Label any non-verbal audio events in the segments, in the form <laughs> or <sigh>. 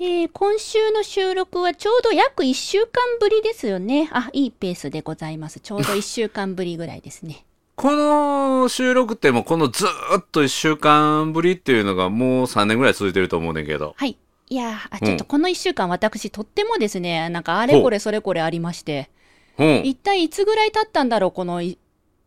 えー今週の収録はちょうど約1週間ぶりですよね。あ、いいペースでございます。ちょうど1週間ぶりぐらいですね。この収録ってもうこのずーっと1週間ぶりっていうのがもう3年ぐらい続いてると思うねんけど。はい。いやーあ、うんちょっとこの1週間私とってもですね、なんかあれこれそれこれありまして、うん。一体いつぐらい経ったんだろう、このい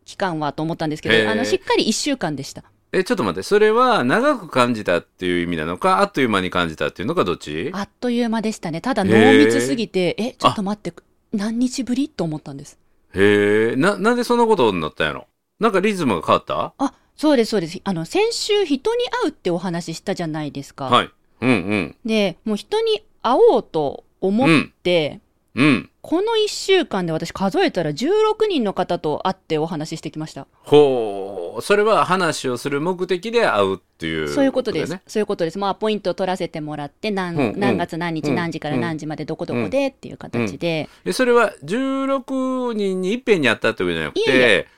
期間はと思ったんですけへーど、あの、しっかり1週間でした。え、ちょっと待って、それは長く感じたっていう意味なのか、あっという間に感じたっていうのかどっちあっという間でしたね。ただ濃密すぎて、え、ちょっと待って、何日ぶりと思ったんです。へえ、な、なんでそんなことになったんやろなんかリズムが変わったあ、そうです、そうです。あの、先週人に会うってお話ししたじゃないですか。はい。うんうん。で、もう人に会おうと思って、うん。この1週間で私数えたら16人の方と会ってお話ししてきました。ほう。それは話をする目的で会うっていう、そういうことです。ね。そういうことです。まあ、アポイントを取らせてもらって、何、うんうん何月何日うん何時から何時までどこどこでっていう形で、で、それは16人にいっぺんに会ったってことじゃなくて、いえい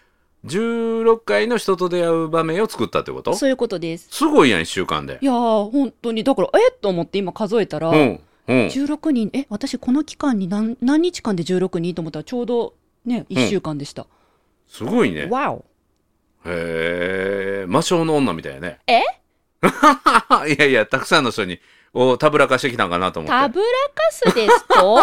16回の人と出会う場面を作ったってことそういうことです。すごいやん、1週間でい。やー、本当に、だから、えっと思って今数えたら、うん。うん。 16人、え、私この期間に何何日間で16人と思ったらちょうどね、1週間でした。すごいね。わおへえ、魔性の女みたいやね。え <laughs> いやいや、たくさんの人に、をたぶらかしてきたんかなと思って。たぶらかすです <laughs> と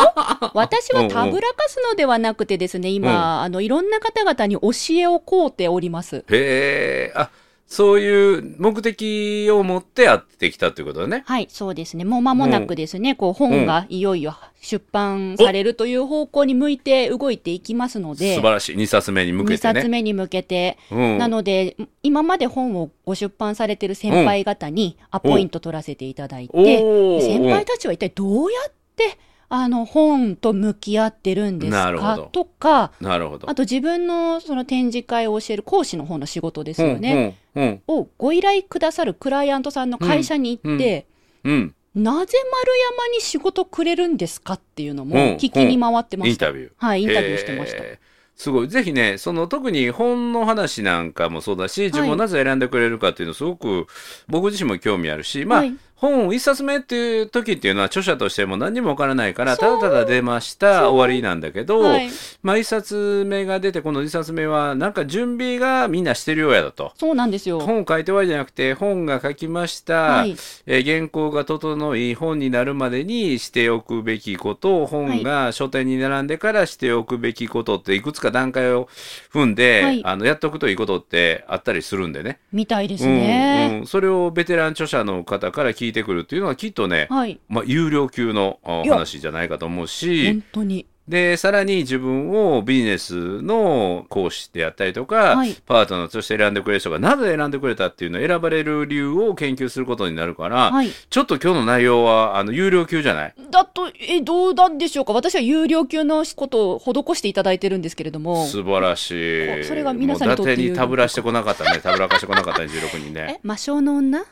私はたぶらかすのではなくてですね、今、あの、いろんな方々に教えを請うております。へえ、あ、そういう目的を持ってやってきたっていうことだね。はい、そうですね。もう間もなくですね、こう本がいよいよ出版されるという方向に向いて動いていきますの素で晴、らしい。2冊目に2向けて冊ね。目に向けて、うんなので、今まで本をご出版されてる先輩方にアポイント取らせていただいおて、ー先輩たちは一体どうやって、あの、本と向き合ってるんですなるほどかとか、なるほど。あと自分のその展示会を教える講師の方の仕事ですよね。うん。うん。をご依頼くださるクライアントさんの会社に行って、うん。なぜ丸山に仕事くれるんですかっていうのもうん聞きに回ってまインした。タビュー。はい、インタビューしてました。へーすごい。ぜひね、その特に本の話なんかもそうだし、自分をなぜ選んでくれるかっていうのすごく僕自身も興味あるし、まあ、はい本を一冊目っていう時っていうのは著者としても何にもわからないから、たそだうただ出ました、そう終わりなんだけど、はい、まあ一冊目が出て、この二冊目はなんか準備がみんなしてるようやだと。そうなんですよ。本を書いて終わりじゃなくて、本が書きました、はいえー原稿が整い、本になるまでにしておくべきこと、本が書店に並んでからしておくべきことって、いくつか段階を踏んで、はいあのやっとくといいことってあったりするんでね。みたいですうんね。うん、それをベテラン著者の方から聞いてくるっていうのは、きっとね、はい、まあ、有料級のあいや話じゃないかと思うし、本当に。で、さらに自分をビジネスの講師であったりとか、はいパートナーとして選んでくれる人がなぜ選んでくれたっていうのを選ばれる理由を研究することになるから、はい。ちょっと今日の内容は、あの、有料級じゃないだと、え、どうなんでしょうか私は有料級のことを施していただいてるんですけれども。素晴らしい。おそれが皆さんにとってもう伊達有料に級たぶらしてこなかったね。たぶらかしてこなかったね、16人ね。え、魔性の女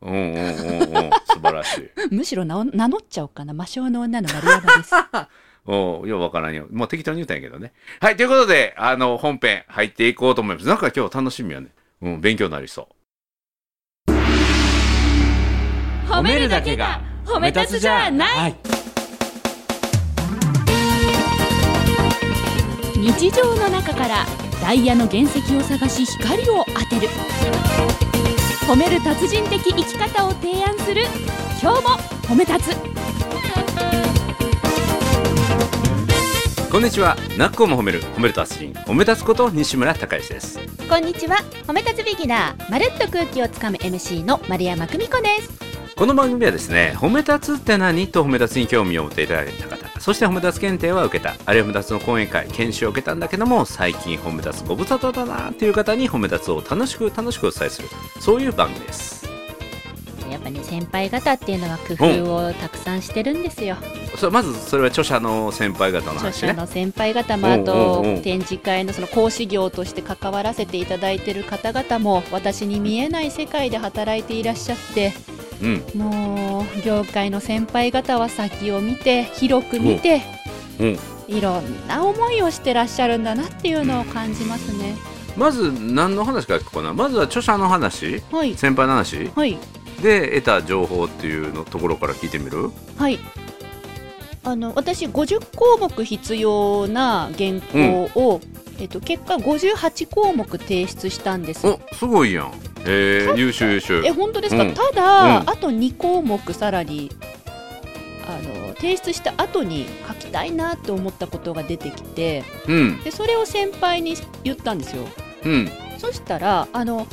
うんうんうんうん。素晴らしい。むしろなお名乗っちゃおうかな。魔性の女の丸山です。おようわからんよ。もう適当に言ったんやけどね。はい、ということで、あの、本編入っていこうと思います。なんか今日楽しみやね。うん、勉強になりそう。褒はい日常の中からダイヤの原石を探し光を当てる褒める達人的生き方を提案する今日も褒め立つこんにちは。なっこも褒める、褒める達人、褒め立つこと西村孝之です。こんにちは褒め立つビギナーまるっと空気をつかむ MC の丸山久美子ですこの番組はですね、褒め立つって何と褒め立つに興味を持っていただいた方、そして褒め立つ検定は受けた、あるいは褒め立つの講演会、研修を受けたんだけども、最近褒め立つご無沙汰だなっていう方に褒め立つを楽しく楽しくお伝えする、そういう番組です。やっぱね先輩方っていうのは工夫をたくさんしてるんですよそれまず、それは著者の先輩方の著話者ね。の先輩方もあとうんうんうん展示会のその講師業として関わらせていただいてる方々も私に見えない世界で働いていらっしゃってうん、もう業界の先輩方は先を見て広く見てうん。いろんな思いをしてらっしゃるんだなっていうのを感じますね。まず、何の話から聞こうかな。まずは著者の話はい先輩の話はいで得た情報っていうのところから聞いてみるはいあの私50項目必要な原稿を、えっと、結果58項目提出したんですおすごいやんへえ優秀優秀え本当ですか、うんただ、うんあと2項目さらにあの提出した後に書きたいなって思ったことが出てきてうんでそれを先輩に言ったんですようんそしたらあの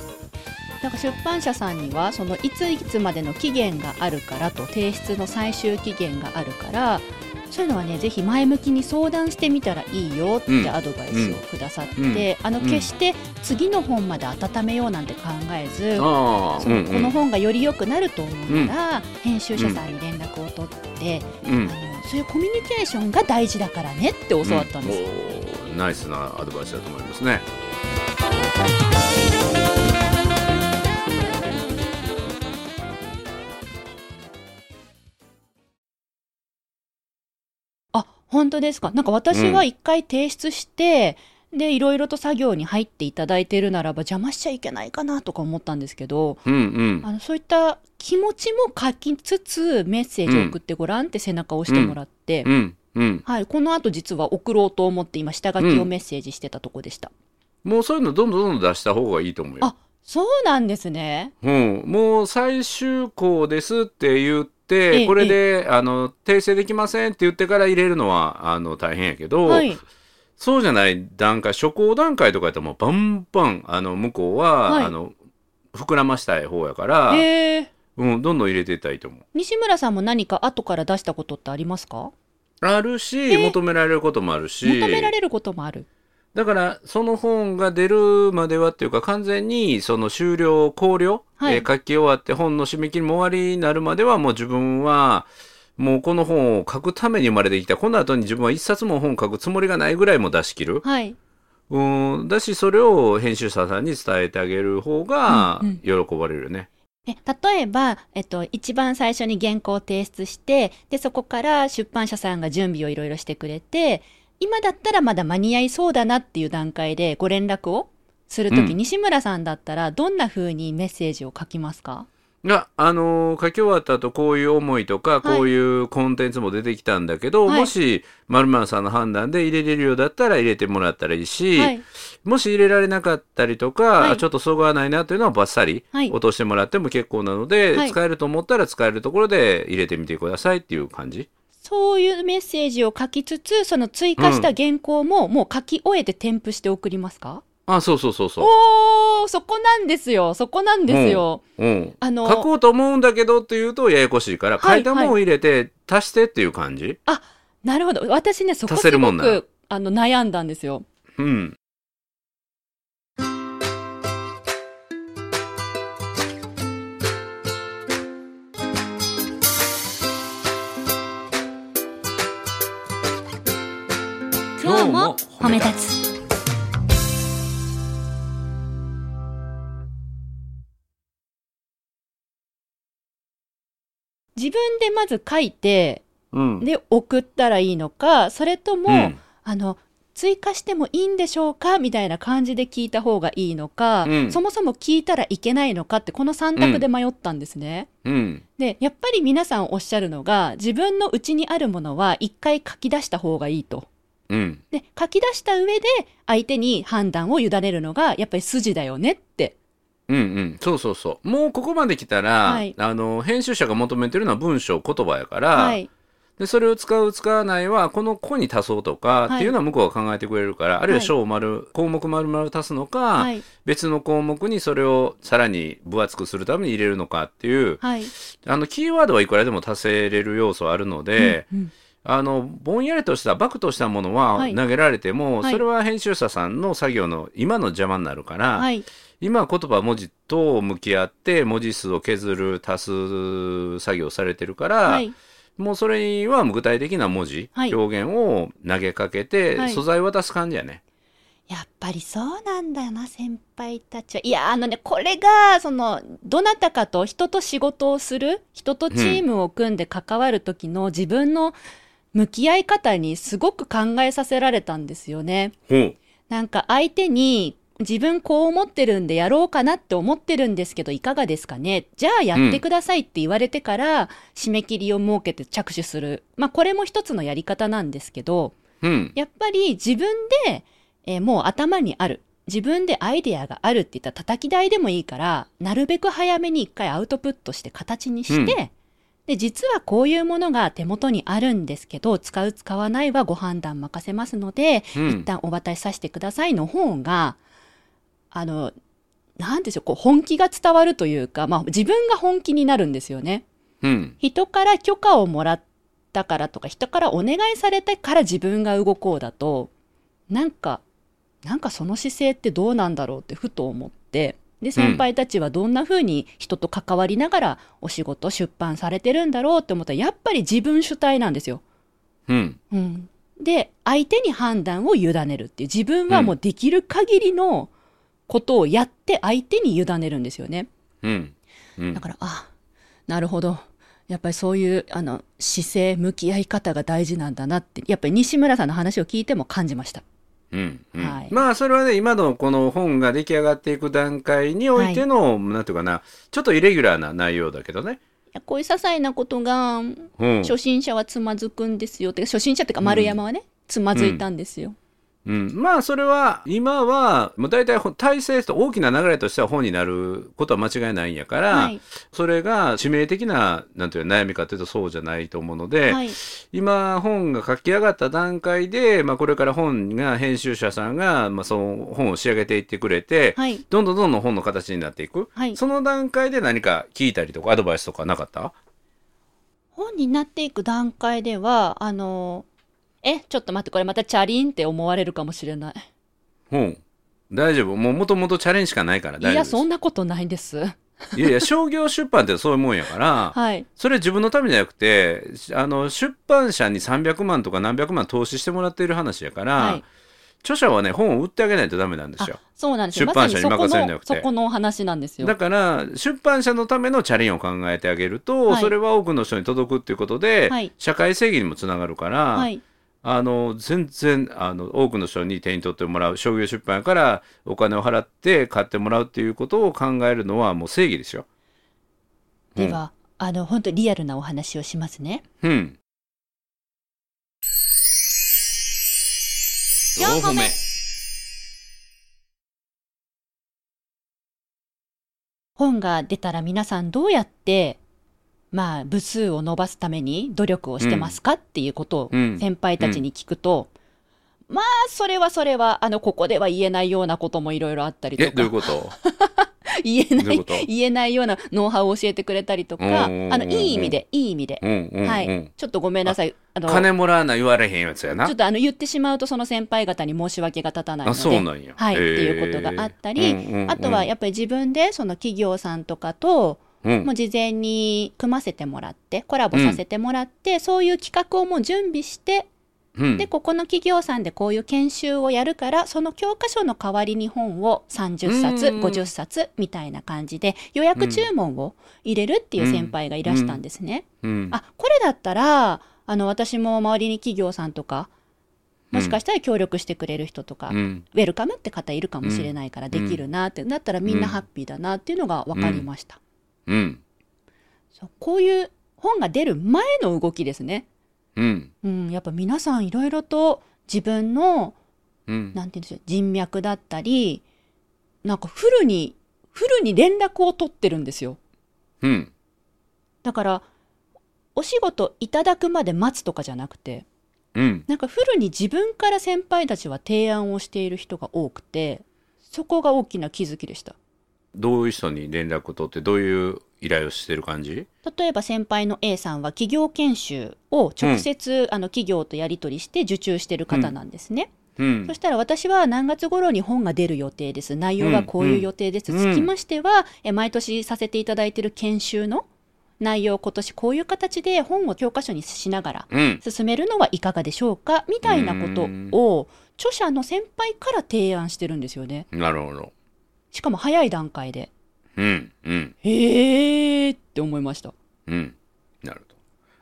なんか出版社さんにはそのいついつまでの期限があるからと提出の最終期限があるからそういうのはねぜひ前向きに相談してみたらいいよっうんてアドバイスをくださって、うんあのうん決して次の本まで温めようなんて考えず、ああそうんうのこのん本がより良くなると思うなら、編集者さんに連絡を取って、うんあのそういうコミュニケーションが大事だからねって教わったんです、うおーナイスなアドバイスだと思いますねあ本当ですかなんか私は一回提出して、でいろいろと作業に入っていただいているならば邪魔しちゃいけないかなとか思ったんですけどうんうんあのそういった気持ちも書きつつメッセージを送ってごらんって背中を押してもらって、うんうんはい、この後実は送ろうと思って今下書きをメッセージしてたとこでした、もうそういうのどんどんどんどん出した方がいいと思うよあそうなんですねうん、もう最終項ですって言っえて、えこれで、あの訂正できませんって言ってから入れるのはあの大変やけど、はいそうじゃない段階初行段階とかやったらもうバンバンあの向こうは、はいあの膨らましたい方やから、へえうん、どんどん入れていったらいいと思う。西村さんも何か後から出したことってありますかあるし、え求められることもあるし求められることもある。だからその本が出るまではっていうか完全にその終了考慮、はいえー書き終わって本の締め切りも終わりになるまではもう自分はもうこの本を書くために生まれてきたこの後に自分は一冊も本を書くつもりがないぐらいも出し切るはい。うんだしそれを編集者さんに伝えてあげる方がうん喜ばれるよね。え例えば、えっと、一番最初に原稿を提出して、で、そこから出版社さんが準備をいろいろしてくれて、今だったらまだ間に合いそうだなっていう段階でご連絡をするとき、うん西村さんだったらどんな風にメッセージを書きますかが、あのー書き終わった後こういう思いとか、こういうコンテンツも出てきたんだけど、はいもし〇〇さんの判断で入れれるようだったら入れてもらったらいいし、はい。もし入れられなかったりとか、はいちょっとそぐわないなというのはバッサリはい落としてもらっても結構なので、はい使えると思ったら使えるところで入れてみてくださいっていう感じ。そういうメッセージを書きつつ、その追加した原稿ももう書き終えて添付して送りますか、あ、そうそうそうそう。おー、そこなんですよ。そこなんですよ。うん。あの、書こうと思うんだけどっていうとややこしいから、はい書いたもんを入れて足してっていう感じ。なるほど。私ね、そこ足すせるもごんならくあの悩んだんですよ。うん。今日も褒め立つ。自分でまず書いて、うん。で、送ったらいいのか、それとも、うんあの、追加してもいいんでしょうかみたいな感じで聞いた方がいいのか、うんそもそも聞いたらいけないのかって、この3択で迷ったんですね。うん。で、やっぱり皆さんおっしゃるのが、自分の内にあるものは一回書き出した方がいいと。うん。で、書き出した上で相手に判断を委ねるのが、やっぱり筋だよねって。うんうん、そうそうそうもうここまで来たら、はいあの編集者が求めてるのは文章言葉やから、はい。でそれを使う使わないはこの「個」に足そうとかはいっていうのは向こうが考えてくれるから、あるいは小丸、項目丸々足すのか、はい。別の項目にそれをさらに分厚くするために入れるのかっていうはい。あのキーワードはいくらでも足せれる要素あるので、うんうんあのぼんやりとしたバクとしたものははい投げられても、はいそれは編集者さんの作業の今の邪魔になるから。はい。今言葉文字と向き合って文字数を削る足す作業されてるから、はい。もうそれには具体的な文字、はい表現を投げかけて、はい素材を渡す感じやね。やっぱりそうなんだな、先輩たちは。いや、あのね、これが、その、どなたかと人と仕事をする、人とチームを組んで関わる時の自分の向き合い方にすごく考えさせられたんですよね。ほうなんか相手に自分こう思ってるんでやろうかなって思ってるんですけどいかがですかねじゃあやってくださいって言われてから締め切りを設けて着手する、まあこれも一つのやり方なんですけどうん。やっぱり自分で、えーもう頭にある自分でアイデアがあるって言ったら叩き台でもいいからなるべく早めに一回アウトプットして形にして、うで実はこういうものが手元にあるんですけど使う使わないはご判断任せますので、うん一旦お渡しさせてくださいの方があのなんでしょうこう本気が伝わるというか、まあ、自分が本気になるんですよね。うん。人から許可をもらったからとか人からお願いされてから自分が動こうだとなんかなんかその姿勢ってどうなんだろうってふと思ってで先輩たちはどんな風に人と関わりながらお仕事出版されてるんだろうって思ったらやっぱり自分主体なんですよ。うん。うん、で相手に判断を委ねるっていう自分はもうできる限りのことをやって相手に委ねるんですよね。うん。うんだ。から、あ、なるほど。やっぱりそういう、あの、姿勢、向き合い方が大事なんだなって、やっぱり西村さんの話を聞いても感じました。うんうんはいまあそれはね今のこの本が出来上がっていく段階においての、なんていうかなちょっとイレギュラーな内容だけどね。いやこういう些細なことが、うん初心者はつまずくんですよ。てか、初心者っていうか丸山はね、つまずいたんですよ。うん、まあそれは今はもう大体ほ体制と大きな流れとしては本になることは間違いないんやから、はいそれが致命的ななんていうの悩みかというとそうじゃないと思うので、はい。今本が書き上がった段階で、まあ、これから本が編集者さんが、まあ、その本を仕上げていってくれて、はい。どんどんどんどん本の形になっていく、はいその段階で何か聞いたりとかアドバイスとかなかった本になっていく段階では、あの、え、ちょっと待って、これまたチャリンって思われるかもしれない。うん大丈夫もうもともとチャレンジしかないからい大丈夫や、ですそんなことないんです。いやいや商業出版ってそういうもんやから、はい。それ自分のためじゃなくてあの出版社に300万とか何百万投資してもらっている話やから、はい。著者はね本を売ってあげないとダメなんですよあ、そうなんですよ。出版社にまさ任せるんにじそゃなこくての、そこのお話なんですよ。だから出版社のためのチャリンを考えてあげると、はいそれは多くの人に届くっていうことで、はい社会正義にもつながるから、はい。あの全然あの多くの人に手に取ってもらう商業出版やからお金を払って買ってもらうっていうことを考えるのはもう正義ですよ。では、あの、本当にリアルなお話をしますね。うん、 4個目本が出たら皆さんどうやって、まあ、部数を伸ばすために努力をしてますか、っていうことをうん先輩たちに聞くと、まあ、それはそれは、あの、ここでは言えないようなこともいろいろあったりとえか、どういうこと言えなどういういこと言えないようなノウハウを教えてくれたりとか、あうんうんうんうんの、いい意味で、いい意味でう。んうんうん、はい。ちょっとごめんなさい。あの、金もらわな言われへんやつやなちょっ。とあの言ってしまうとその先輩方に申し訳が立たないのあでそうなんや。はい、へってーいうことがあったり、うんうんうんあとはやっぱり自分でその企業さんとかとうんもう事前に組ませてもらってコラボさせてもらって、そういう企画をもう準備してうんでここの企業さんでこういう研修をやるからその教科書の代わりに本を30冊うん50冊みたいな感じで予約注文を入れるっていう先輩がいらしたんですね。うんあこれだったらあの私も周りに企業さんとかもしかしたら協力してくれる人とか、うウんェルカムって方いるかもしれないからできるなって、なったらみんなハッピーだなっていうのが分かりました、うんそうこういう本が出る前の動きですね、うんうん、やっぱ皆さんいろいろと自分のうんなんて言うんでしょう人脈だったりなんかフルにフルに連絡を取ってるんですようんだからお仕事いただくまで待つとかじゃなくてうんなんかフルに自分から先輩たちは提案をしている人が多くてそこが大きな気づきでしたどういう人に連絡を取ってどういう依頼をしてる感じ例えば先輩の A さんは企業研修を直接、あの企業とやり取りして受注してる方なんですね、うんそしたら私は何月頃に本が出る予定です内容はこういう予定です、うんつきましてはえ毎年させていただいてる研修の内容を今年こういう形で本を教科書にしながらうん進めるのはいかがでしょうかみたいなことを著者の先輩から提案してるんですよねなるほどしかも早い段階でうんうんへえーって思いました、うんなるほど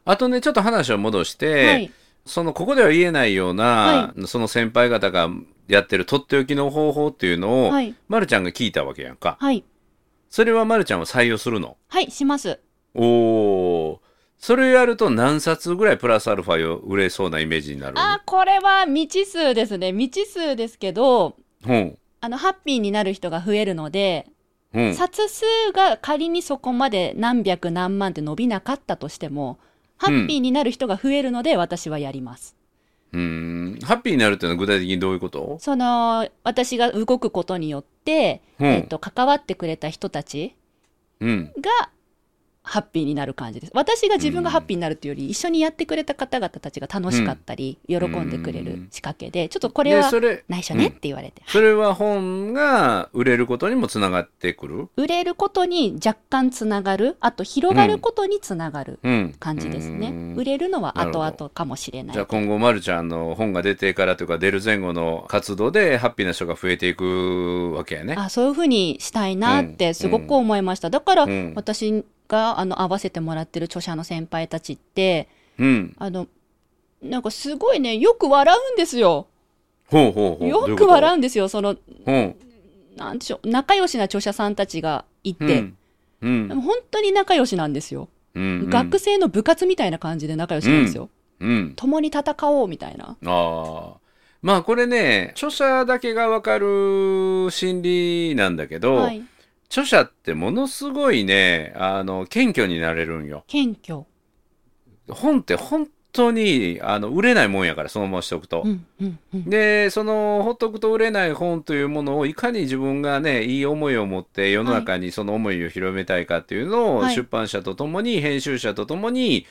あとねちょっと話を戻して、はいそのここでは言えないような、はその先輩方がやってるとっておきの方法っていうのを、はいまるちゃんが聞いたわけやんか。はい。それはまるちゃんは採用するの。はい、します。おお。それやると何冊ぐらいプラスアルファを売れそうなイメージになるあ、これは未知数ですね。未知数ですけど、うん。あの、ハッピーになる人が増えるので、うん。冊数が仮にそこまで何百何万って伸びなかったとしても、ハッピーになる人が増えるので、私はやります。うーん。ハッピーになるっていうのは具体的にどういうことその、私が動くことによって、うんえっと、関わってくれた人たちうん。が、ハッピーになる感じです。私が自分がハッピーになるというより、一緒にやってくれた方々たちが楽しかったり、喜んでくれうるん仕掛けで、ちょっとこれはで、それ、内緒ねうっんて言われて。それは本が売れることにもつながってくる売れることに若干つながる、あと広がることにつながるうん。感じですね。うーん売れるのはなるほ後ど々かもしれないじゃあ。今後、まるちゃんの本が出てからというか、出る前後の活動で、ハッピーな人が増えていくわけやね。あそういうふうにしたいなってすごく思いました。だから、うん私があの合わせてもらってる著者の先輩たちって、うん。あの、なんかすごいね、よく笑うんですよ。ほうほうほう。よく笑ううんですよ。その、どういうこなんでしょう、仲良しな著者さんたちがいと。て、うん。うでもん。本当に仲良しなんですよ。うん。学生の部活みたいな感じで仲良しなんですよ。うん。共に戦おうみたいな。ああ。まあこれね、著者だけがわかる心理なんだけど、はい。著者ってものすごいね、あの、謙虚になれるんよ。謙虚。本って本当に、あの、売れないもんやから、そのまましておくと。うんうんうん。でそのほっとくと売れない本というものをいかに自分がねいい思いを持って世の中にその思いを広めたいかっていうのを、はい出版社とともに編集者とともに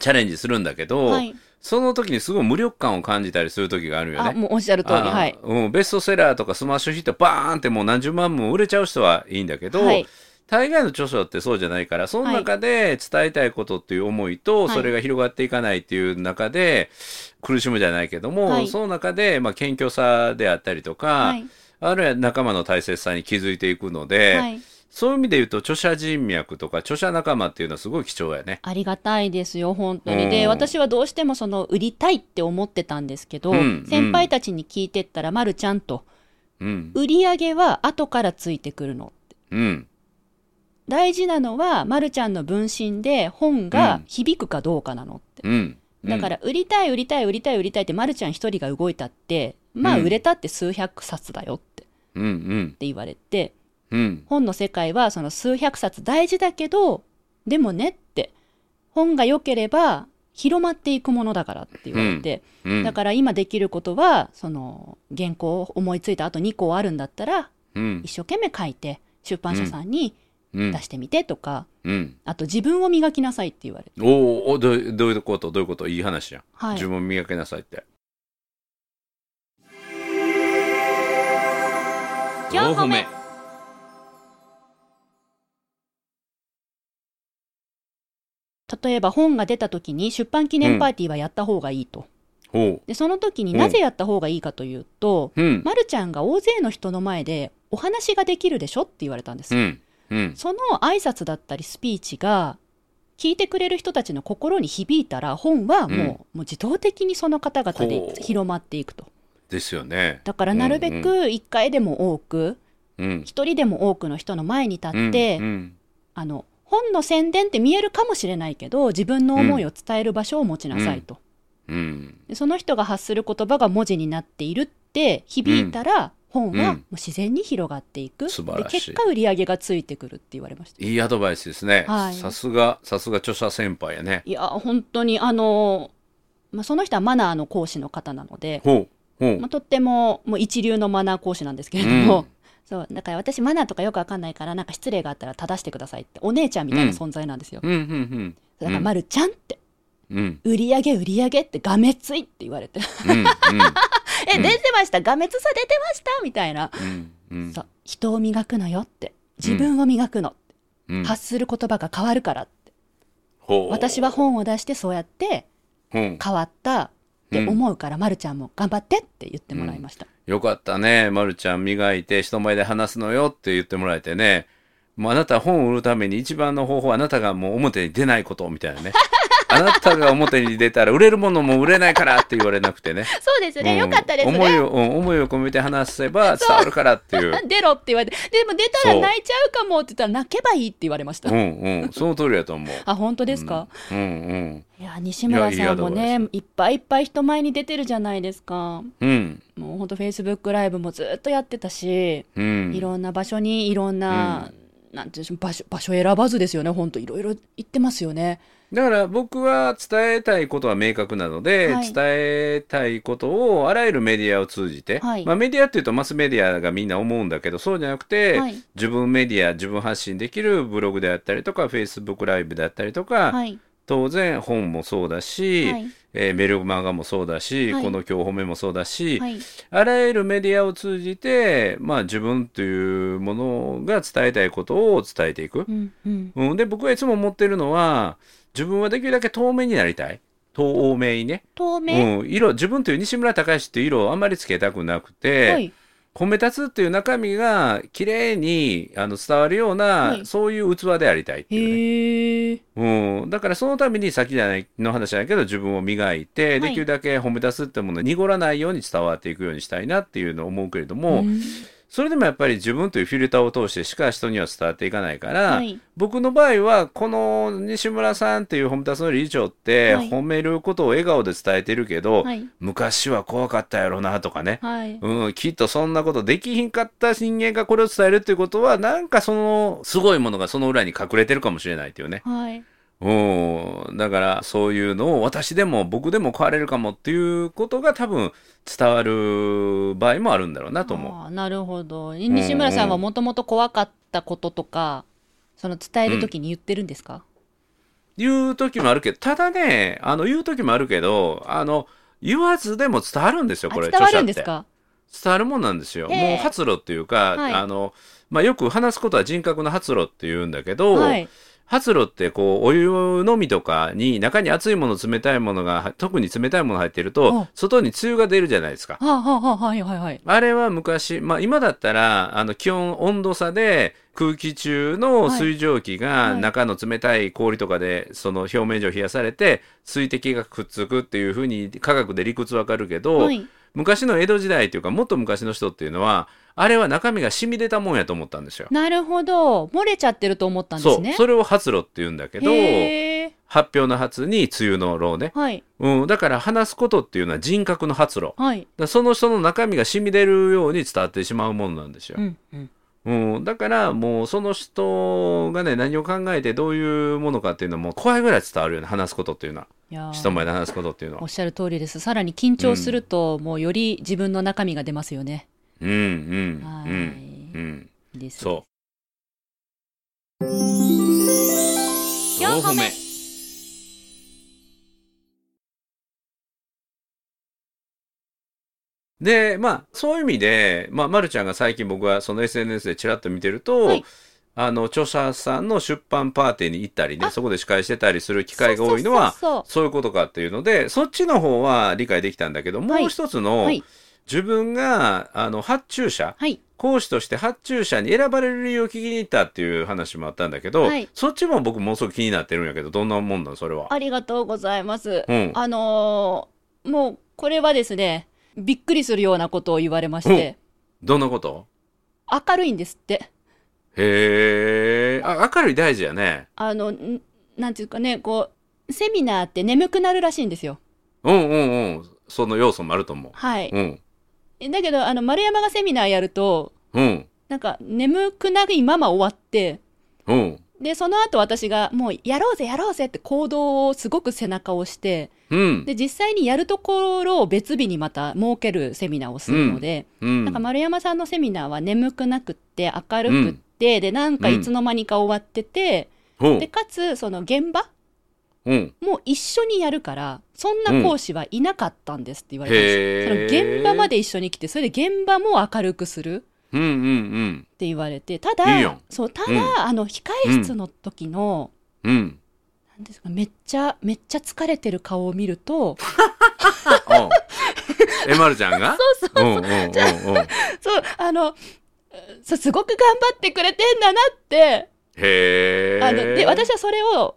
チャレンジするんだけど、はい。その時にすごい無力感を感じたりする時があるよあ、ね。もうおっしゃる通り。あはい。うん、ベストセラーとかスマッシュヒットバーンってもう何十万も売れちゃう人はいいんだけど、はい。大概の著書ってそうじゃないからその中で伝えたいことっていう思いはと、いそれが広がっていかないっていう中で苦しむじゃないけども、はいその中で、まあ、謙虚さであったりとか、はい。あるいは仲間の大切さに気づいていくので、はい。そういう意味で言うと著者人脈とか著者仲間っていうのはすごい貴重やね。ありがたいですよ、本当に。うで、ん私はどうしてもその、売りたいって思ってたんですけど、うん先輩たちに聞いてったら、まるちゃんと、うん、売り上げは後からついてくるの。うん、大事なのは、まるちゃんの分身で本うがん響くかどうかなのって。うん。だから、売りたい、売りたい、売りたい、売りたいって、まるちゃん一人が動いたって、まあ、うん売れたって数百冊だよってっうん、うん、て言われて、うん、本の世界はその数百冊大事だけど、でもねって、本が良ければ広まっていくものだからって言われて、うん。だから今できることは、その原稿を思いついたあと2個あるんだったら、うん、一生懸命書いて出版社さんにうん出、してみてとか、うん。あと自分を磨きなさいって言われて。おーお、どうどういうことどういうこといい話じゃん。はい自。分を磨けなさいって。 4個目例えば本が出た時に出版記念パーティーはやった方がいいと。ほで、その時になぜやった方がいいかというと、う。うん。まるちゃんが大勢の人の前でお話ができるでしょって言われたんです。うん。うん。その挨拶だったりスピーチが聞いてくれる人たちの心に響いたら本はもう,、うんもう自動的にその方々ほでう広まっていくとですよね。だからなるべく1回でも多くうん。 1人でも多くの人の前に立うんって、うんあの本の宣伝って見えるかもしれないけど自分の思いを伝える場所を持ちなさいと、うん。でその人が発する言葉が文字になっているって響いたら、本はもう自然に広がっていく、素晴らしでい結果売り上げがついてくるって言われましたいいアドバイスですね。はいさすが、さすが著者先輩やね。いや本当にあの、まあ、その人はマナーの講師の方なので、ほう。ほうまあ、。とってももう一流のマナー講師なんですけれども、そうだから私マナーとかよくわかんないからなんか失礼があったら正してくださいってお姉ちゃんみたいな存在なんですよ、うん。うん。だから「まるちゃん」ってうん。うん「売り上げ売り上げ」ってがめついって言われてうん。 「えうん出てましたがめつさ出てました」みたいな、うん。うん。そう人を磨くのよって自分を磨くの、うん。発する言葉が変わるからってほう私は。本を出してそうやってほう変わったって思うから、まるちゃんも頑張ってって言ってもらいました、よかったね。まるちゃん磨いて、人前で話すのよって言ってもらえ <laughs> てね。もうあなた本を売るために一番の方法はあなたがもう表に出ないことみたいなね。あなたが表に出たら売れるものも売れないからって言われなくてね。そうですね、うよんかったです思いね。を、うん思いを込めて話せば伝わるからっていう。出ろって言われて、でも出たそらう泣いちゃうかもって言ったら泣けばいいって言われましたう。んうん、その通りだと思う。 <laughs> あ、本当ですか、うんうん。いや、西村さんもいやいやね、いっぱいいっぱい人前に出てるじゃないですか。うん。もう本当フェイスブックライブもずっとやってたし、うん。いろんな場所にいろんな、なんていうんでしょう場所、場所選ばずですよね、本当いろいろ行ってますよね。だから僕は伝えたいことは明確なので、はい伝えたいことをあらゆるメディアを通じて、はいまあ、メディアっていうとマスメディアがみんな思うんだけどそうじゃなくて、はい自分メディア自分発信できるブログであったりとかフェイスブックライブであったりとか、はい。当然本もそうだし、はいえーメルマガもそうだし、はいこの今日褒めもそうだし、はい。あらゆるメディアを通じて、まあ、自分というものが伝えたいことを伝えていく。うん、うん。うん、で僕がいつも思ってるのは自分はできるだけ透明になりたい透明にね、透明、うん、色自分という西村隆史っていう色をあんまりつけたくなくて、はい。米立つっていう中身が綺麗にあの伝わるような、はいそういう器でありたいっていう、ねへえ。うん、だからそのために先じゃないの話じゃないけど自分を磨いて、はいできるだけ褒め立つってものを濁らないように伝わっていくようにしたいなっていうのを思うけれども、うんそれでもやっぱり自分というフィルターを通してしか人には伝わっていかないから、はい。僕の場合はこの西村さんっていう褒め立つの理事長ってはい褒めることを笑顔で伝えてるけど、はい。昔は怖かったやろなとかね、はい。うん、きっとそんなことできひんかった人間がこれを伝えるっていうことはなんかそのすごいものがその裏に隠れてるかもしれないっていうね、はい。うん、だからそういうのを私でも僕でも変われるかもっていうことが多分伝わる場合もあるんだろうなと思う。あーなるほど。西村さんはもともと怖かったこととか、その伝えるときに言ってるんですか、言う時もあるけどただねあの言う時もあるけどあの言わずでも伝わるんですよあこれ伝わるん著者ですってか伝わるもんなんですよ、へえもう発露っていうか、はいあのまあ、よく話すことは人格の発露っていうんだけど、はい。発露ってこうお湯のみとかに中に熱いもの冷たいものが特に冷たいもの入ってるとあ外に梅雨が出るじゃないですか。はあ、はあはあ、はいはいはい。あれは昔、まあ今だったら、あの気温、温度差で空気中の水蒸気はいがはい中の冷たい氷とかでその表面上冷やされて水滴がくっつくっていうふうに科学で理屈わかるけど、はい。昔の江戸時代というかもっと昔の人っていうのは、あれは中身が染み出たもんやと思ったんですよ。なるほど。漏れちゃってると思ったんでそすう、ね。それを発露って言うんだけど、へえ。発表の発に梅雨の露ね。はい。うん、だから話すことっていうのは人格の発露。だかはい。らその人の中身が染み出るように伝わってしまうもんなんですよう。ん。うん。うん、だからもうその人がね何を考えてどういうものかっていうのはもう怖いぐらい伝わるよね話すことっていうのはいやー人前で話すことっていうのおっは。しゃる通りです。さらに緊張すると、もうより自分の中身が出ますよね。うんうんはうーい。んうんいいです。そう。四歩目でまあそういう意味で、まあ、まるちゃんが最近僕はその SNS でちらっと見てると、はいあの著者さんの出版パーティーに行ったりねあそこで司会してたりする機会が多いのはそうそうそうそういうことかっていうのでそっちの方は理解できたんだけどはもいう一つそうのはい。自分があの発注者、はい。講師として発注者に選ばれる理由を聞きに行ったっていう話もあったんだけど、はいそっちも僕ものすごく気になってるんやけどどんなもんなんそれは。ありがとうございます。うんあのーもう、これはですね、びっくりするようなことを言われまして、どんなこと明るいんですって。へえあ明るい大事やね。あの、んなんていうかね、こう、セミナーって眠くなるらしいんですよ。うんうんうんその要素もあると思う。はい。うんだけど、あの、丸山がセミナーやると、うんなんか、眠くないまま終わって、うんで、その後私が、もう、やろうぜ、やろうぜって行動をすごく背中を押して、うんで、実際にやるところを別日にまた設けるセミナーをするので、うんなんか丸山さんのセミナーは眠くなくって明るくって、でなんかいつの間にか終わってて、うんでかつその現場うんも一緒にやるからそんな講師はいなかったんですって言われたんへでーす、その現場まで一緒に来てそれで現場も明るくするうんうんって言われてただいいやんそうただ、うんあの控え室の時の、うんうんなんですかめっちゃめっちゃ疲れてる顔を見る <laughs> と <laughs> あえまるちゃんがそうそううんうんうんうんそうあのそうすごく頑張ってくれてんだなってへえあので私はそれを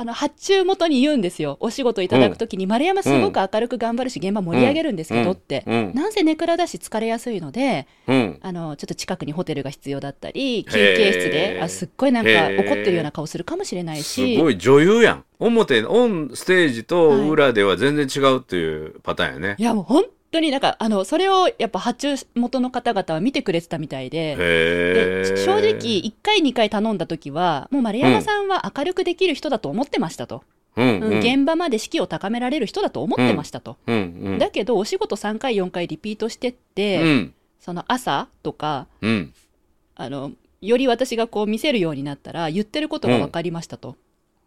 あの発注元に言うんですよお仕事いただくときに、丸山すごく明るく頑張るし現場盛り上げるんですけどって、うんなんせネクラだし疲れやすいのでうんあのちょっと近くにホテルが必要だったり休憩室であすっごいなんか怒ってるような顔するかもしれないすしごい女優やん表オンステージはいと裏では全然違うっていうパターンやね、いやもう本当になんかあのそれをやっぱ発注元の方々は見てくれてたみたいで。へでえ正直1回2回頼んだ時はもう丸山さんは明るくできる人だと思ってましたと、うんうんうん現場まで士気を高められる人だと思ってましたと、うんうんだけどお仕事3回4回リピートしてって、うんその朝とかうんあのより私がこう見せるようになったら言ってることが分かりましたと、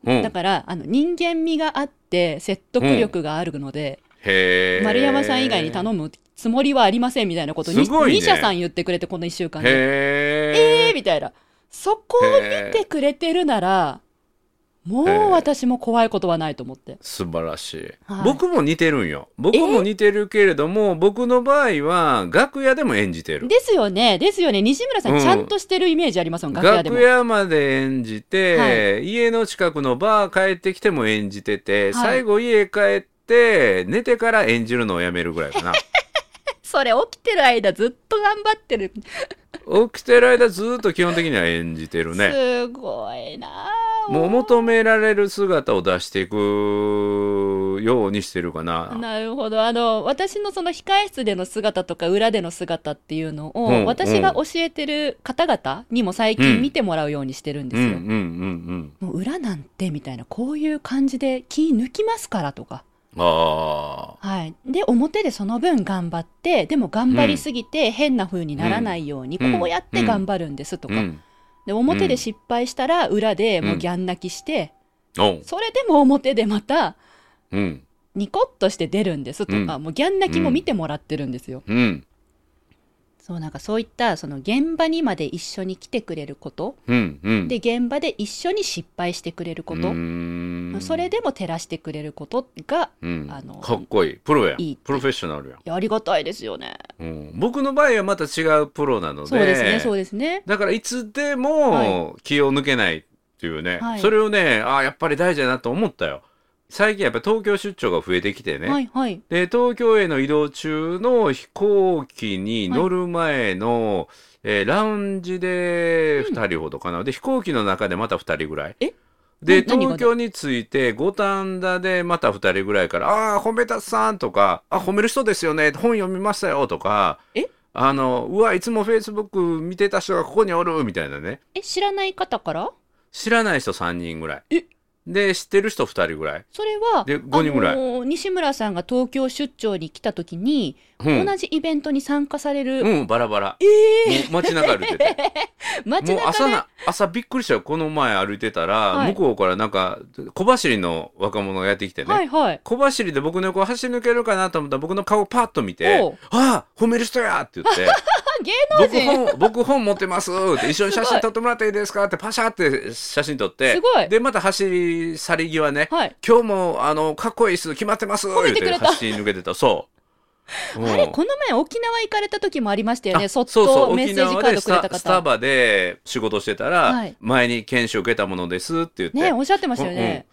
うんだからあの人間味があって説得力があるので、へえ丸山さん以外にむ頼むつもりはありませんみたいなことをすごいね2社さん言ってくれてこの1週間でえへーみたいなそこを見てくれてるならもう私も怖いことはないと思って素晴らしい、はい僕も似てるんよ僕も似てるけれども僕の場合は楽屋でも演じてるですよねですよね西村さん、うんちゃんとしてるイメージありますもん楽屋でも楽屋まで演じて、は家の近くのバー帰ってきても演じてて、はい最後家帰って寝てから演じるのをやめるぐらい <laughs> かなそれ起きてる間ずっと頑張ってる、起きてる間ずっと基本的には演じてるねすごいなあもう求められる姿を出していくようにしてるかななるほどあの私のその控え室での姿とか裏での姿っていうのを、うん私が教えてる方々にも最近見てもらうようにしてるんでうすんうよ、んうんもう裏なんてみたいなこういう感じで気抜きますからとか、うんああはい、で表でその分頑張ってでも頑張りすぎて変な風にならないように、うんこうやって頑張るんですとか、うんで表で失敗したら裏でもうギャン泣きして、おうそれでも表でまたうんニコッとして出るんですとか、うもうギャン泣きも見てもらってるんですよ。うんそうなんかそういったその現場にまで一緒に来てくれること、うんうんで現場で一緒に失敗してくれるこうと、ーんそれでも照らしてくれることがうんあのかっこいいプロやんいいプロフェッショナルやんいやありがたいですよね。うん、僕の場合はまた違うプロなのでそうですね、そうですね。だからいつではも気を抜けないっていうね、はいそれをねあーやっぱり大事だなと思ったよ最近やっぱ東京出張が増えてきてね、はいはい。で東京への移動中の飛行機に乗る前の、えーラウンジでうん2人ほどかな、で飛行機の中でまた2人ぐらいえでな何が東京に着いて五反田でまた2人ぐらいから「ああー褒めたさん」とか「あ褒める人ですよね本読みましたよ」とかえあの「うわいつもフェイスブック見てた人がここにおる」みたいなねえ知らない方から知らない人3人ぐらいえで知ってる人2人ぐらい、それはで五人ぐらいあのー西村さんが東京出張に来た時に、うん同じイベントに参加される、うん、バラバラ、えもう街中歩いてて。ー、 <laughs> 街もう中朝でな朝びっくりしたよこの前歩いてたら、はい向こうからなんか小走りの若者がやってきてね、はいはい。小走りで僕の横を走り抜けるかなと思ったら僕の顔をパッと見ておう「ああ褒める人や!」って <laughs> 言って「あ芸僕能人本僕本持ってます」って「一緒に写すごい真撮ってもらっていいですか?」ってパシャって写真撮ってすごいでまた走り去り際ね「はい。今日もあのかっこいい椅子決まってます」褒めてくれた走り抜けてたそう。 <laughs> あれうんこの前沖縄行かれた時もありましたよねあそっそうそとうメッセージカードくれ沖縄たでスタスタ方バで仕事してたら、はい前に研修受けたものですって言って、ねおっしゃってましたよね、うんうん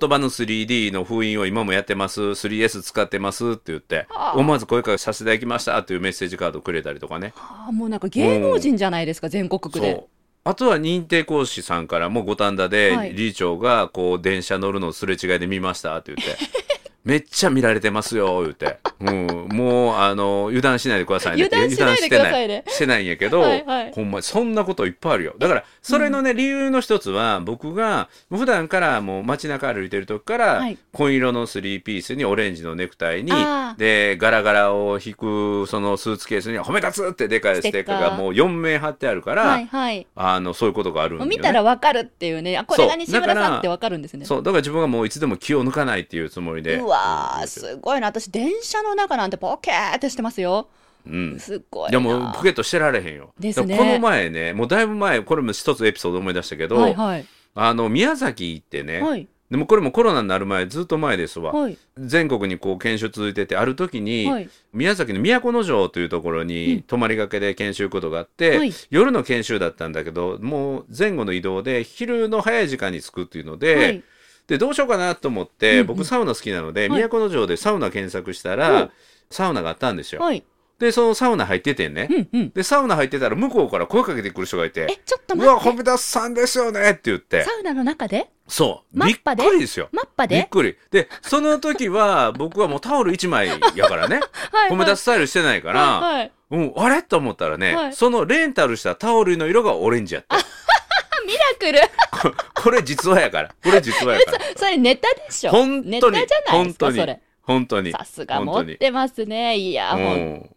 言葉の 3D の封印を今もやってます 3S 使ってますって言ってあー思わず声かけさせていただきましたっていうメッセージカードくれたりとかねああもうなんか芸能人じゃないですか全国区そでうあとは認定講師さんからも五反田はでい理事長がこう電車乗るのをすれ違いで見ましたって言って。 <laughs> めっちゃ見られてますよ、言って。うん、もう、あの、油断しないでくださいねって。油断しないでくださいね油断してなしてないんやけ <laughs> ど、はいはいほんま、そんなこといっぱいあるよ。だから、それのね、理由の一つは、僕が、普段からもう街中歩いてる時から、はい紺色のスリーピースにオレンジのネクタイにあ、ーで、ガラガラを引く、そのスーツケースに、褒め立つってでかいステッカーステッカーがもう4名貼ってあるから、はいはいあのそういうことがあるんもだうよ、ね、見たらわかるっていうねあこれがそう西村だかさんらってわかるんですねそうだから自分はもういつでも気を抜かないっていうつもりでうわーすごいな私電車の中なんてボケーってしてますようんすっごいいなやもうポケットしてられへんよですねだからこの前ねもうだいぶ前これも一つエピソード思い出したけど、はいはいあの宮崎行ってね、はいでもこれもコロナになる前ずっと前ですわ、はい全国にこう研修続いててある時に、はい宮崎の都城というところうんに泊まりがけで研修行くことがあって、はい夜の研修だったんだけどもう前後の移動で昼の早い時間に着くっていうので、はいでどうしようかなと思って、うんうん僕サウナ好きなので、はい都城でサウナ検索したら、うんサウナがあったんですよ、はい。でそのサウナ入っててね、うんうん。でサウナ入ってたら向こうから声かけてくる人がいえて、ちょっ「とうわ待っホて。メダスさんですよね」って言ってサウナの中でそうマびっッパでくりですよマッパびっでくりでその時は僕はもうタオル1枚やからね <laughs> はホメダスタイルしてないから、はいはい。うん、あれと思ったらね、はいそのレンタルしたタオルの色がオレンジやったミラクルここれ実話やからこれ実話やから <laughs> それネタでしょ本ネ当タにじゃないで本すか当そにれ。本当にさすが持ってますね。いや、もう、うん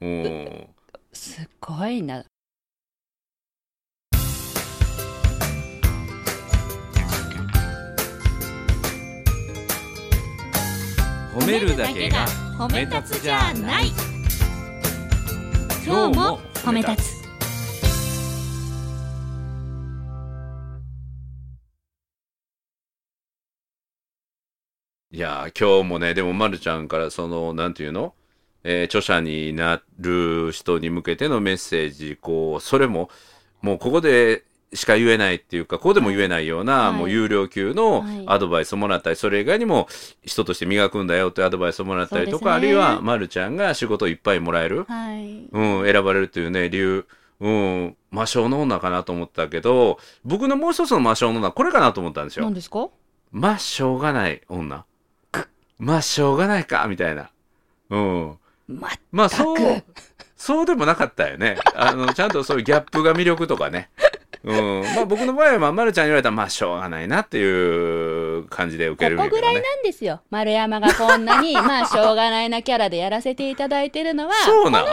うんすごいな。褒めるだけが褒め立つじゃない今日も褒め立つ。いやー今日もねでもまるちゃんからそのなんていうの、えー著者になる人に向けてのメッセージこうそれももうここでしか言えないっていうかここでも言えないようはな、いもう有料級のはいアドバイスをもらったり、それ以外にも人として磨くんだよってアドバイスをもらったりとか、そうあでるすいねはまるちゃんが仕事をいっぱいもらえる、はい。うん、選ばれるというね、理由。うん、魔性の女かなと思ったけど、僕のもう一つの魔性の女、これかなと思ったんですよ何。ですかまあ、しょうがない女。まあ、しょうがないか、みたいな。うん。ま、まあ、そ全う、そうでもなかったよね。あの、ちゃんとそういうギャップが魅力とかね。うん。まあ、僕の場合は、まあ、まるちゃんに言われたら、まあ、しょうがないなっていう感じで受こけるんこやけぐどらいね。なんですよ。丸山がこんな <laughs> に、まあ、しょうがないなキャラでやらせていただいてるのは、こそうなんれ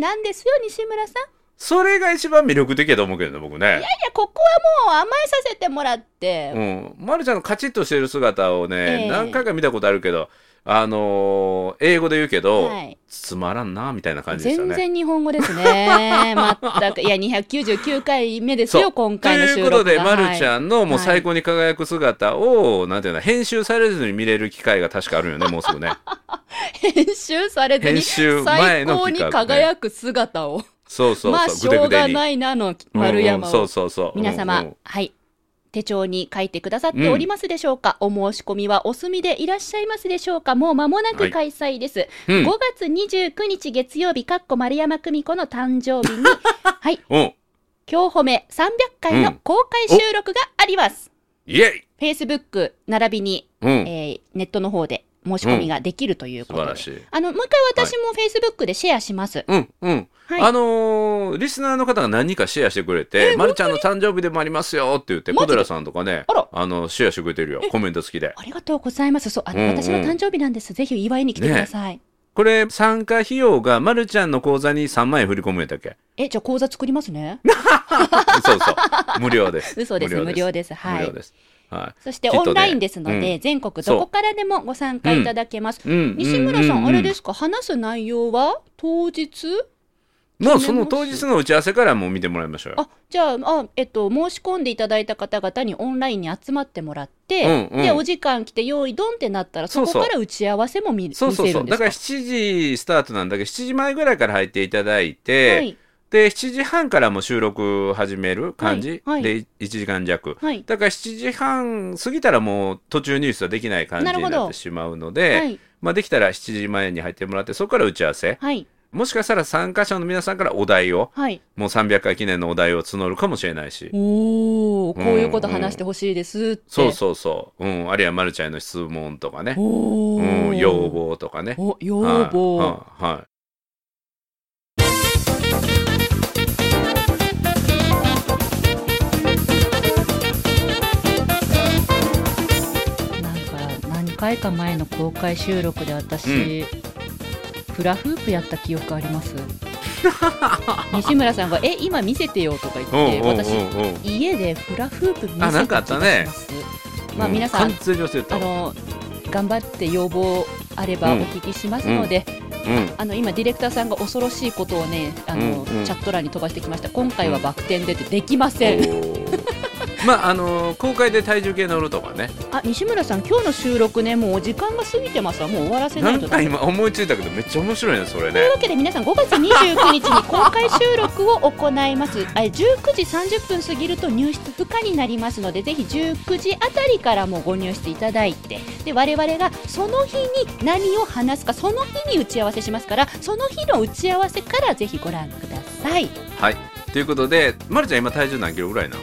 なんですよ、西村さん。いそれが一番魅力的やと思うけどね、僕ね。や、ここはもう甘えさせてもらって、うん、まるちゃんのカチッとしてる姿をね、ええ何回か見たことあるけど、あのー英語で言うけど、はいつまらんなみたいな感じでした全ね。然日本語です <laughs> ね。全く。いや、299回目ですそうよ、今と回のい収うこ録が。とで、まるちはいゃんのもうはい最高に輝く姿を、なんていうの、編集されずに見れる機会が確かあるよ <laughs> ね、もうすぐね。編集されずに編集前最の高企に画ね輝く姿を。そうそうそう、まあ、しょうがないなの丸うん山うんを。そうそうそう。皆様、うんうんはい。手帳に書いてくださっておりますでしょうか、お申し込みはお済みでいらっしゃいますでしょうかもう間もなく開催です。うん5月29日月曜日、かっこ丸山久美子の誕生日に、はい、うん。今日褒め300回の公開収録があります。イエイ Facebook 並びに、うん。えーネットの方で申し込みができるという素ことで。晴らしい。あの、もう一回私も Facebook でシェアします。うんうん、はいあのーリスナーの方が何人かシェアしてくれて「まるちゃんの誕生日でもありますよ」って言ってマジ小で寺さんとかねあらのシェアしてくれてるよコメント好きでありがとうございます。そう、あの、うんうん私の誕生日なんです。ぜひ祝いに来てください。これ参加費用がまるちゃんの口座に3万円振り込むんやった <laughs> っけえ、じゃあ講座作りますね。そうそう無料です嘘です。無料です。は無い料。ですはそしてきっとオねンラインですので、う全国どこからでもご参加いただけます。い、うん西村さん、あれですすか話す内容は当日もうその当日の打ち合わせからもう見てもらいましょうよあ、じゃあ、あ、えっと、申し込んでいただいた方々にオンラインに集まってもらって、うんうんで、お時間来て用意ドンってなったら、そそうそうこから打ち合わせも見見せそうるんそうそうでだすからか7時スタートなんだけど7時前ぐらいから入っていただいて、はい。で7時半からも収録始める感じ、はいはいで1時間弱、はい。だから7時半過ぎたらもう途中ニュースはできない感じになるなっほどてしまうので、はい。まあ、できたら7時前に入ってもらってそこから打ち合わせはい。もしかしたら参加者の皆さんからお題をはい。もう300回記念のお題を募るかもしれないし、おー、こういうこと話してほしいですって。そうそうそう、うん、あるいはまるちゃんへの質問とかね、おー。うん、要望とかねお、要望。はいはいはいなんか何回か前の公開収録で私、フラフープやった記憶あります <laughs> 西村さんが「え今見せてよ」とか言っうんてうん私うんうん家でフラフープ見せてあなんかあった気ねがしますまあうん皆さん完全に忘れてたあわの頑張って要望あればうおん聞きしますので、うんあの今ディレクターさんが恐ろしいことをねあの、うんうんチャット欄に飛ばしてきました今回はバク転でってできません、おーまああのー公開で体重計乗るとかねあ西村さん今日の収録ねもうお時間が過ぎてますわもう終わらせなないんとかだ今思いついたけどめっちゃ面白いねそれといねうわけで皆さん5月29日に公開収録を行いますあ19時30分過ぎると入室不可になりますのでぜひ19時あたりからもうご入室いただいてで我々がその日に何を話すかその日に打ち合わせしますからその日の打ち合わせからぜひご覧くださいはいということで、ま、るちゃん今体重何キロぐらいなの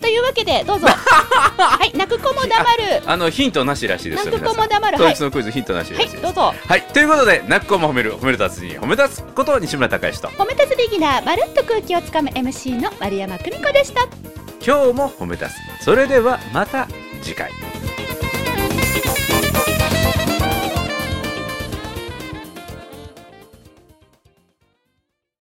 というわけで <laughs> どうぞはい泣く子も黙るあのヒントなしらしいですよ泣く皆子さもん黙るは統い一のクイズヒントなしらしいはいです、どうぞはい、ということで、泣く子も褒める、褒め立つに褒め立つことを西村隆之と、褒め立つビギナーまるっと空気をつかむ MC の丸山久美子でした今日も褒め立つ。それでは、また次回。 「